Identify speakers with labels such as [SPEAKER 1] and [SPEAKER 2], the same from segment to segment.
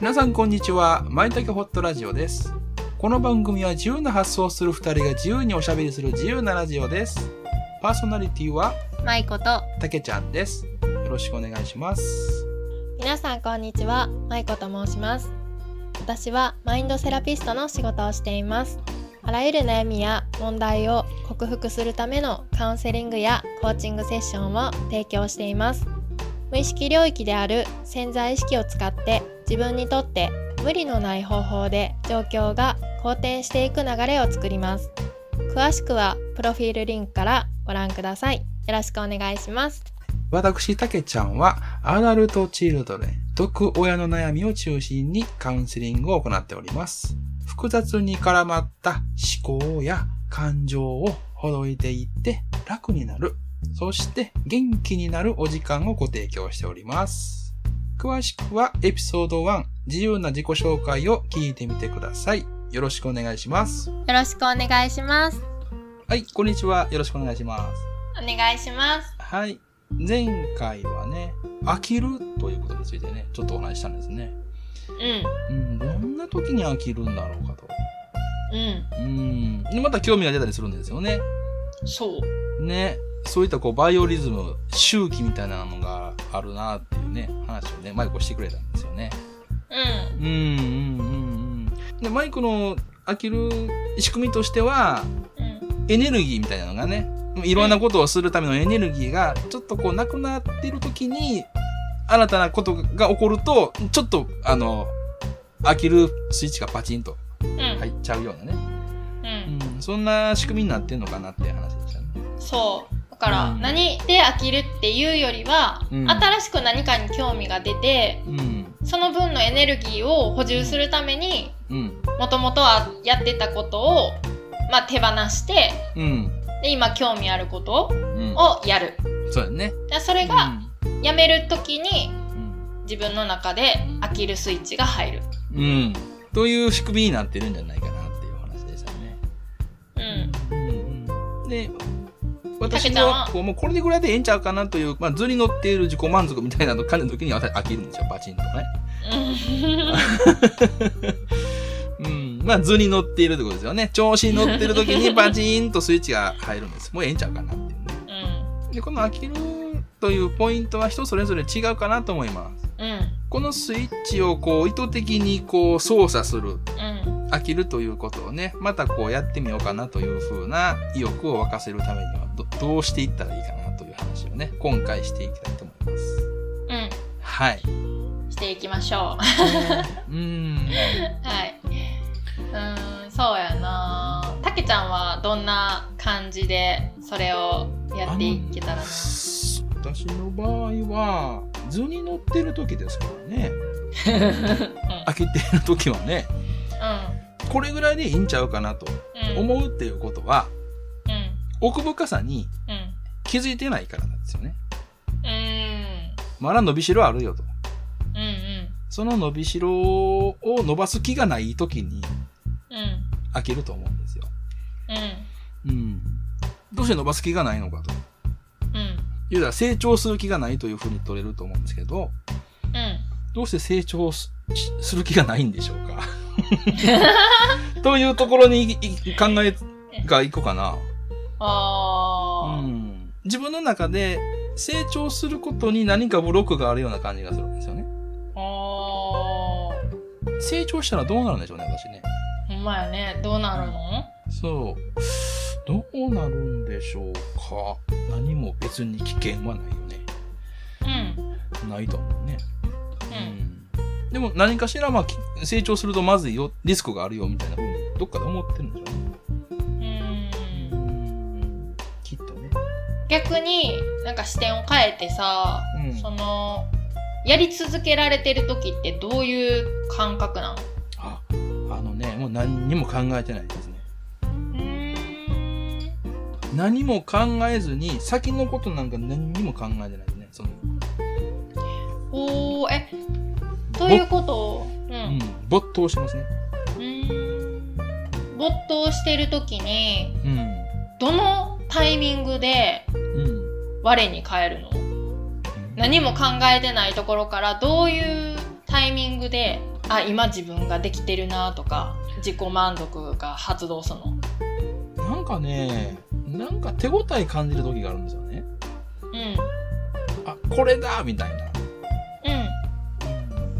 [SPEAKER 1] 皆さんこんにちは。まいたけホットラジオです。この番組は自由な発想をする二人が自由におしゃべりする自由なラジオです。パーソナリティは
[SPEAKER 2] まいこと
[SPEAKER 1] たけちゃんです。よろしくお願いします。
[SPEAKER 2] 皆さんこんにちはまいこと申します私はマインドセラピストの仕事をしていますあらゆる悩みや問題を克服するためのカウンセリングやコーチングセッションを提供しています無意識領域である潜在意識を使って自分にとって無理のない方法で状況が好転していく流れを作ります詳しくはプロフィールリンクからご覧くださいよろしくお願いします
[SPEAKER 1] 私、たけちゃんはアダルトチルドレン、毒親の悩みを中心にカウンセリングを行っております。複雑に絡まった思考や感情をほどいていって楽になる。そして元気になるお時間をご提供しております。詳しくはエピソード1、自由な自己紹介を聞いてみてください。よろしくお願いします。
[SPEAKER 2] よろしくお願いします
[SPEAKER 1] はい、こんにちは。よろしくお願いします。
[SPEAKER 2] お願いします。
[SPEAKER 1] はい。前回はね、飽きるということについてね、ちょっとお話ししたんですね。
[SPEAKER 2] うん、
[SPEAKER 1] うん、どんな時に飽きるんだろうかと。
[SPEAKER 2] うん、
[SPEAKER 1] うん、でまた興味が出たりするんですよね。
[SPEAKER 2] そう。
[SPEAKER 1] ね。そういったこうバイオリズム、周期みたいなのがあるなっていうね、話をね、マイクしてくれたんですよね。
[SPEAKER 2] うん、
[SPEAKER 1] うん、うん、うん、うん。で、マイクの飽きる仕組みとしては、
[SPEAKER 2] うん、
[SPEAKER 1] エネルギーみたいなのがねいろんなことをするためのエネルギーがちょっとこうなくなってる時に新たなことが起こるとちょっとあの飽きるスイッチがパチンと
[SPEAKER 2] うん、
[SPEAKER 1] 入っちゃうようなね、
[SPEAKER 2] うん、
[SPEAKER 1] うん、そんな仕組みになってんのかなっていう話でしたね。
[SPEAKER 2] そう。だから、
[SPEAKER 1] うん
[SPEAKER 2] 何で飽きるっていうよりは、
[SPEAKER 1] うん
[SPEAKER 2] 新しく何かに興味が出て、
[SPEAKER 1] うん
[SPEAKER 2] その分のエネルギーを補充するために、
[SPEAKER 1] うん
[SPEAKER 2] もともとはやってたことを、まあ、手放して、
[SPEAKER 1] うん
[SPEAKER 2] で、今興味あること
[SPEAKER 1] うん
[SPEAKER 2] をやる。
[SPEAKER 1] そうだね。
[SPEAKER 2] でそれが、やめるときに、
[SPEAKER 1] うん
[SPEAKER 2] 自分の中で飽きるスイッチが入る。
[SPEAKER 1] うん、うんという仕組みになってるんじゃないかなっていうお話でしたね。
[SPEAKER 2] うん。
[SPEAKER 1] うんうんで私
[SPEAKER 2] たけちゃん
[SPEAKER 1] は
[SPEAKER 2] は
[SPEAKER 1] こうもうこれでぐらいでええんちゃうかなという、まあ、図に乗っている自己満足みたいなのを感じた時に私飽きるんですよパチンとね、うん、まあ図に乗っているってことですよね調子に乗ってる時 にパチンとスイッチが入るんですもうええんちゃうかなっていうね
[SPEAKER 2] うん。
[SPEAKER 1] でこの飽きるというポイントは人それぞれ違うかなと思います
[SPEAKER 2] うん。
[SPEAKER 1] このスイッチをこう意図的にこう操作する
[SPEAKER 2] うん。
[SPEAKER 1] 飽きるということをねまたこうやってみようかなというふうな意欲を沸かせるためにはどどうしていったらいいかなという話をね今回していきたいと思います
[SPEAKER 2] うん。
[SPEAKER 1] はい
[SPEAKER 2] していきましょ
[SPEAKER 1] うーん
[SPEAKER 2] う。はい。うーん、そうやな。たけちゃんはどんな感じでそれをやっていけたらな。
[SPEAKER 1] 私の場合は図に乗ってる時ですからね飽きてる時はねこれぐらいでいいんちゃうかなと
[SPEAKER 2] うん。うん。うん。
[SPEAKER 1] 思うっていうことは
[SPEAKER 2] うん。
[SPEAKER 1] 奥深さに
[SPEAKER 2] うん。
[SPEAKER 1] 気づいてないからなんですよね
[SPEAKER 2] うん。
[SPEAKER 1] まだ伸びしろあるよと
[SPEAKER 2] うん。うん。
[SPEAKER 1] その伸びしろを伸ばす気がない時に
[SPEAKER 2] うん。
[SPEAKER 1] 飽きると思うんですよ。
[SPEAKER 2] うん。
[SPEAKER 1] うん。どうして伸ばす気がないのかと。
[SPEAKER 2] うん。
[SPEAKER 1] 言うたら成長する気がないというふうに取れると思うんですけど、どうして成長すしする気がないんでしょう かというところにいい考えがいくかな。
[SPEAKER 2] あ
[SPEAKER 1] う
[SPEAKER 2] ー。
[SPEAKER 1] ん。自分の中で成長することに何かブロックがあるような感じがするんですよね。
[SPEAKER 2] あー。
[SPEAKER 1] 成長したらどうなるんでしょうね、私ね。
[SPEAKER 2] ほんまやね。どうなるの
[SPEAKER 1] そう。どうなるんでしょうか何も別に危険はないよね。
[SPEAKER 2] うん。
[SPEAKER 1] ないと思うね。
[SPEAKER 2] うん。
[SPEAKER 1] でも何かしらまあき成長するとまずいよリスクがあるよみたいな風にどっかで思ってるんでしょうね
[SPEAKER 2] うん。
[SPEAKER 1] きっとね
[SPEAKER 2] 逆になんか視点を変えてさ、
[SPEAKER 1] うん
[SPEAKER 2] そのやり続けられてる時ってどういう感覚なの
[SPEAKER 1] ああのねもう何にも考えてないですね
[SPEAKER 2] うん
[SPEAKER 1] 何も考えずに先のことなんか何にも考えてないですねその、
[SPEAKER 2] おーえということをう
[SPEAKER 1] うんん、没頭してますね
[SPEAKER 2] うん没頭してる時に
[SPEAKER 1] うん
[SPEAKER 2] どのタイミングで
[SPEAKER 1] うん
[SPEAKER 2] 我に返るの何も考えてないところからどういうタイミングであ今自分ができてるなとか自己満足が発動するの
[SPEAKER 1] なんかね、なんか手応え感じる時があるんですよね。
[SPEAKER 2] うん
[SPEAKER 1] あ、これだみたいな。
[SPEAKER 2] う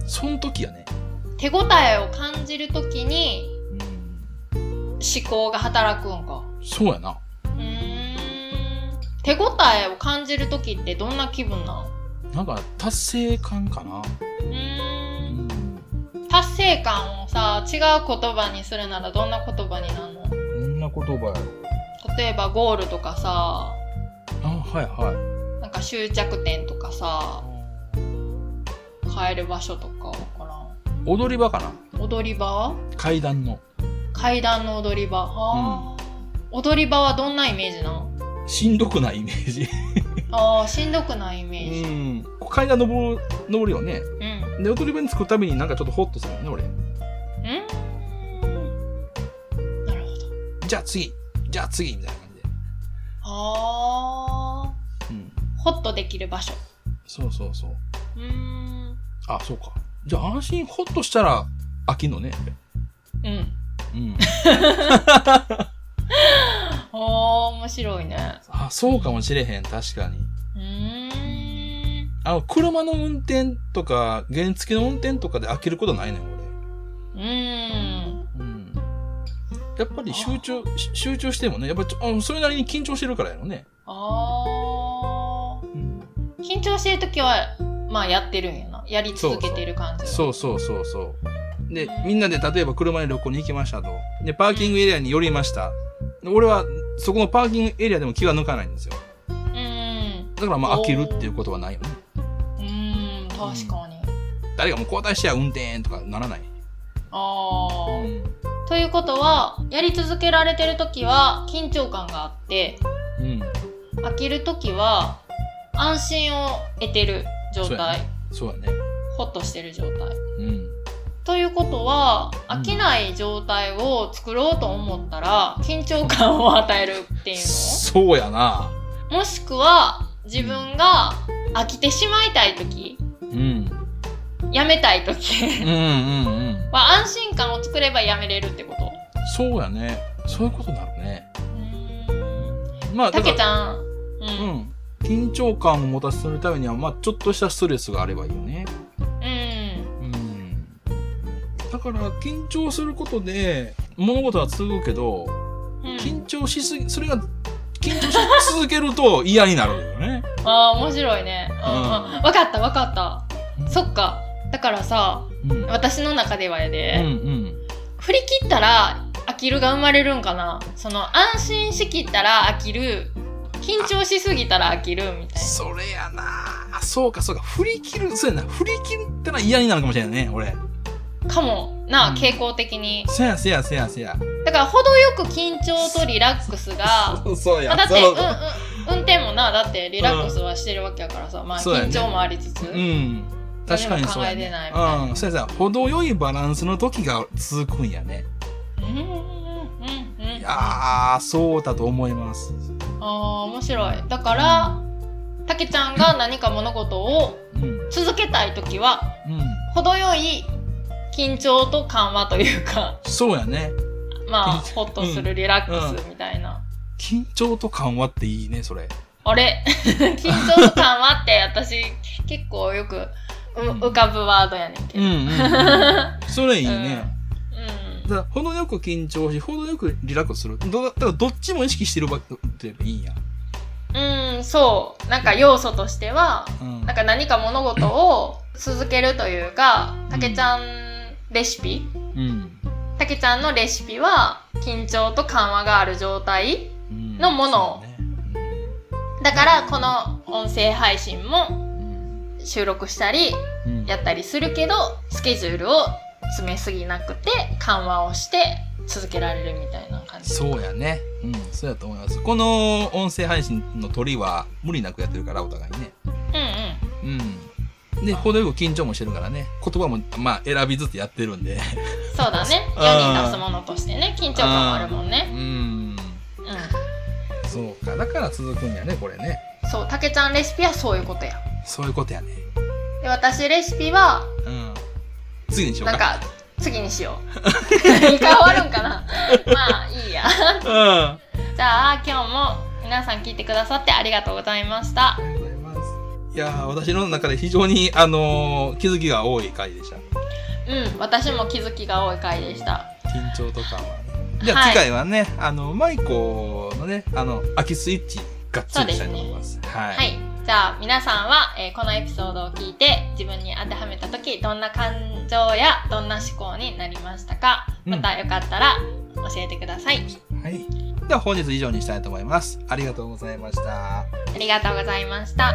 [SPEAKER 1] そん時やね。
[SPEAKER 2] ん手応えを感じる時に
[SPEAKER 1] うん。
[SPEAKER 2] 思考が働くんか
[SPEAKER 1] そうやな。
[SPEAKER 2] うーん手応えを感じる時ってどんな気分なの
[SPEAKER 1] なんか達成感かな。
[SPEAKER 2] うーん
[SPEAKER 1] う
[SPEAKER 2] 達成感をさ違う言葉にするならどんな言葉になるの
[SPEAKER 1] ん。こんな言葉やろ。
[SPEAKER 2] 例えばゴールとかさ
[SPEAKER 1] あ、はいはい。
[SPEAKER 2] なんか終着点とかさ帰る場所とかわから
[SPEAKER 1] 踊り場かな。
[SPEAKER 2] ん踊り場
[SPEAKER 1] 階段の。
[SPEAKER 2] 階段の踊り場はあ、踊り場はどんなイメージなの
[SPEAKER 1] しんどくないイメージ。
[SPEAKER 2] あーしんどくないイメージ
[SPEAKER 1] ん。階段登る、登るよね。
[SPEAKER 2] うんうん
[SPEAKER 1] で、踊り場に着くたびになんかちょっとホッとするよね、俺。
[SPEAKER 2] なるほど
[SPEAKER 1] じゃあ次じゃあ次みたいな感じで。
[SPEAKER 2] あ
[SPEAKER 1] うん。
[SPEAKER 2] ーホッとできる場所
[SPEAKER 1] そうそうそう。
[SPEAKER 2] うーん
[SPEAKER 1] あ、そうか。じゃあ安心ホッとしたら飽きんのね。
[SPEAKER 2] うん
[SPEAKER 1] うん。
[SPEAKER 2] あー面白いね
[SPEAKER 1] あ、そうかもしれへん、確かに。
[SPEAKER 2] うーん
[SPEAKER 1] あの、車の運転とか、原付の運転とかで飽きることないねん、
[SPEAKER 2] うーん
[SPEAKER 1] 俺。うん。やっぱり集中、し集中してもね、やっぱりちょ、うんそれなりに緊張してるからやろね。
[SPEAKER 2] あー緊張してる時はまあやってるんやなやり続けてる感じ
[SPEAKER 1] そううそうそうそう。で、みんなで例えば車で旅行に行きましたと。で、パーキングエリアに寄りました。で俺は、そこのパーキングエリアでも気が抜かないんですよ。
[SPEAKER 2] うーん
[SPEAKER 1] だからまあ飽きるっていうことはないよね。
[SPEAKER 2] うーん確かに、
[SPEAKER 1] 誰がもう交代してや運転とかならない。
[SPEAKER 2] あーということはやり続けられてる時は緊張感があって
[SPEAKER 1] うん。
[SPEAKER 2] 飽きる時は安心を得てる状
[SPEAKER 1] そうや
[SPEAKER 2] 態、
[SPEAKER 1] ねそうだね。
[SPEAKER 2] ホッとしてる状態
[SPEAKER 1] うん。
[SPEAKER 2] ということは
[SPEAKER 1] うん
[SPEAKER 2] 飽きない状態を作ろうと思ったら緊張感を与えるっていう
[SPEAKER 1] そうやな。
[SPEAKER 2] のもしくは自分が飽きてしまいたい時
[SPEAKER 1] うん。
[SPEAKER 2] やめたい時
[SPEAKER 1] うんうんうん。
[SPEAKER 2] は安心感を作ればやめれるってこと
[SPEAKER 1] そうやね。そういうことになるね。
[SPEAKER 2] うん
[SPEAKER 1] まあ、
[SPEAKER 2] た
[SPEAKER 1] だ
[SPEAKER 2] けち
[SPEAKER 1] から、
[SPEAKER 2] ゃん、う、
[SPEAKER 1] うんん。緊張感を持たせるためには、まあ、ちょっとしたストレスがあればいいよね。
[SPEAKER 2] うん
[SPEAKER 1] うん。だから、緊張することで、物事は続くけど、
[SPEAKER 2] うん
[SPEAKER 1] 緊張しすぎ、それが、緊張し続けると嫌になるよね。
[SPEAKER 2] ああ面白いね。うんうん
[SPEAKER 1] うん
[SPEAKER 2] わかったわかった。そっか。だからさ
[SPEAKER 1] うん。
[SPEAKER 2] 私の中ではや
[SPEAKER 1] うんう
[SPEAKER 2] で、
[SPEAKER 1] ん。
[SPEAKER 2] 振り切ったら飽きるが生まれるんかなその安心しきったら飽きる緊張しすぎたら飽きるみたい
[SPEAKER 1] それやなそうかそうか振り切るそうやな振り切ったら嫌になるかもしれないね俺
[SPEAKER 2] なかもな
[SPEAKER 1] うん
[SPEAKER 2] 傾向的に
[SPEAKER 1] せやせやせやせや
[SPEAKER 2] だから程よく緊張とリラックス が
[SPEAKER 1] そうそう
[SPEAKER 2] まあだって、
[SPEAKER 1] そううん
[SPEAKER 2] うん
[SPEAKER 1] そ、
[SPEAKER 2] 運転もなだってリラックスはしてるわけやからさ、まあ
[SPEAKER 1] そうやね
[SPEAKER 2] 緊張もありつつ、
[SPEAKER 1] ううん確かにそうや、
[SPEAKER 2] 何も考えて
[SPEAKER 1] ね
[SPEAKER 2] ないみたい、な
[SPEAKER 1] うんそうやさ程よいバランスの時が続くんやね
[SPEAKER 2] うんうんうんうん
[SPEAKER 1] いやーそうだと思います
[SPEAKER 2] あー面白いだからたけちゃんが何か物事を
[SPEAKER 1] うんうん
[SPEAKER 2] 続けたい時は程よい緊張と緩和というか
[SPEAKER 1] そうやね
[SPEAKER 2] まあ
[SPEAKER 1] 緊
[SPEAKER 2] ホッとするリラックスみたいな、
[SPEAKER 1] 緊張と緩和っていいねそれ
[SPEAKER 2] あれ 緊張と緩和って私結構よくう浮かぶワードやねんけ
[SPEAKER 1] う
[SPEAKER 2] ど、
[SPEAKER 1] ん
[SPEAKER 2] うん
[SPEAKER 1] うん、 うん、それいいね、だから程よく緊張し程よくリラックスするどだからどっちも意識してるばって言えばいいんや、
[SPEAKER 2] うんそうなんか要素としては
[SPEAKER 1] うん
[SPEAKER 2] なんか何か物事を続けるというかたけちゃんレシピ、
[SPEAKER 1] うん
[SPEAKER 2] たけちゃんのレシピは緊張と緩和がある状態の
[SPEAKER 1] の
[SPEAKER 2] ものをだからこの音声配信も収録したりやったりするけどスケジュールを詰めすぎなくて緩和をして続けられるみたいな感じ
[SPEAKER 1] そうやね、うん、そうやと思いますこの音声配信の鳥は無理なくやってるからお互いね
[SPEAKER 2] うんうん
[SPEAKER 1] うんで程よく緊張もしてるからね言葉もまあ選びずつやってるんで
[SPEAKER 2] そうだね
[SPEAKER 1] うん
[SPEAKER 2] 世に出すものとしてね緊張感もあるも ん
[SPEAKER 1] う
[SPEAKER 2] ね
[SPEAKER 1] ん
[SPEAKER 2] うん
[SPEAKER 1] そうかだから続くんやねこれね
[SPEAKER 2] そうたけちゃんレシピはそういうことや
[SPEAKER 1] そういうことやね
[SPEAKER 2] で私レシピは
[SPEAKER 1] うん次にしよ
[SPEAKER 2] な
[SPEAKER 1] うんか。
[SPEAKER 2] か次にしよう一回終わるんかなまあいいや
[SPEAKER 1] うん。あ
[SPEAKER 2] じゃあ今日も皆さん聞いてくださってありがとうございました
[SPEAKER 1] りがとうございます。いやー、私の中で非常に、あのー気づきが多い回でした。
[SPEAKER 2] うん私も気づきが多い回でした
[SPEAKER 1] 緊張とかはね。じゃあ
[SPEAKER 2] はい
[SPEAKER 1] 次回はね、あの、マイコのね、あの、秋スイッチ、がっつりしたいと思います。はい。
[SPEAKER 2] はい。じゃあ皆さんは、えーこのエピソードを聞いて自分に当てはめた時どんな感情やどんな思考になりましたか
[SPEAKER 1] うん
[SPEAKER 2] またよかったら教えてください、
[SPEAKER 1] はい。では本日以上にしたいと思います。ありがとうございました。
[SPEAKER 2] ありがとうございました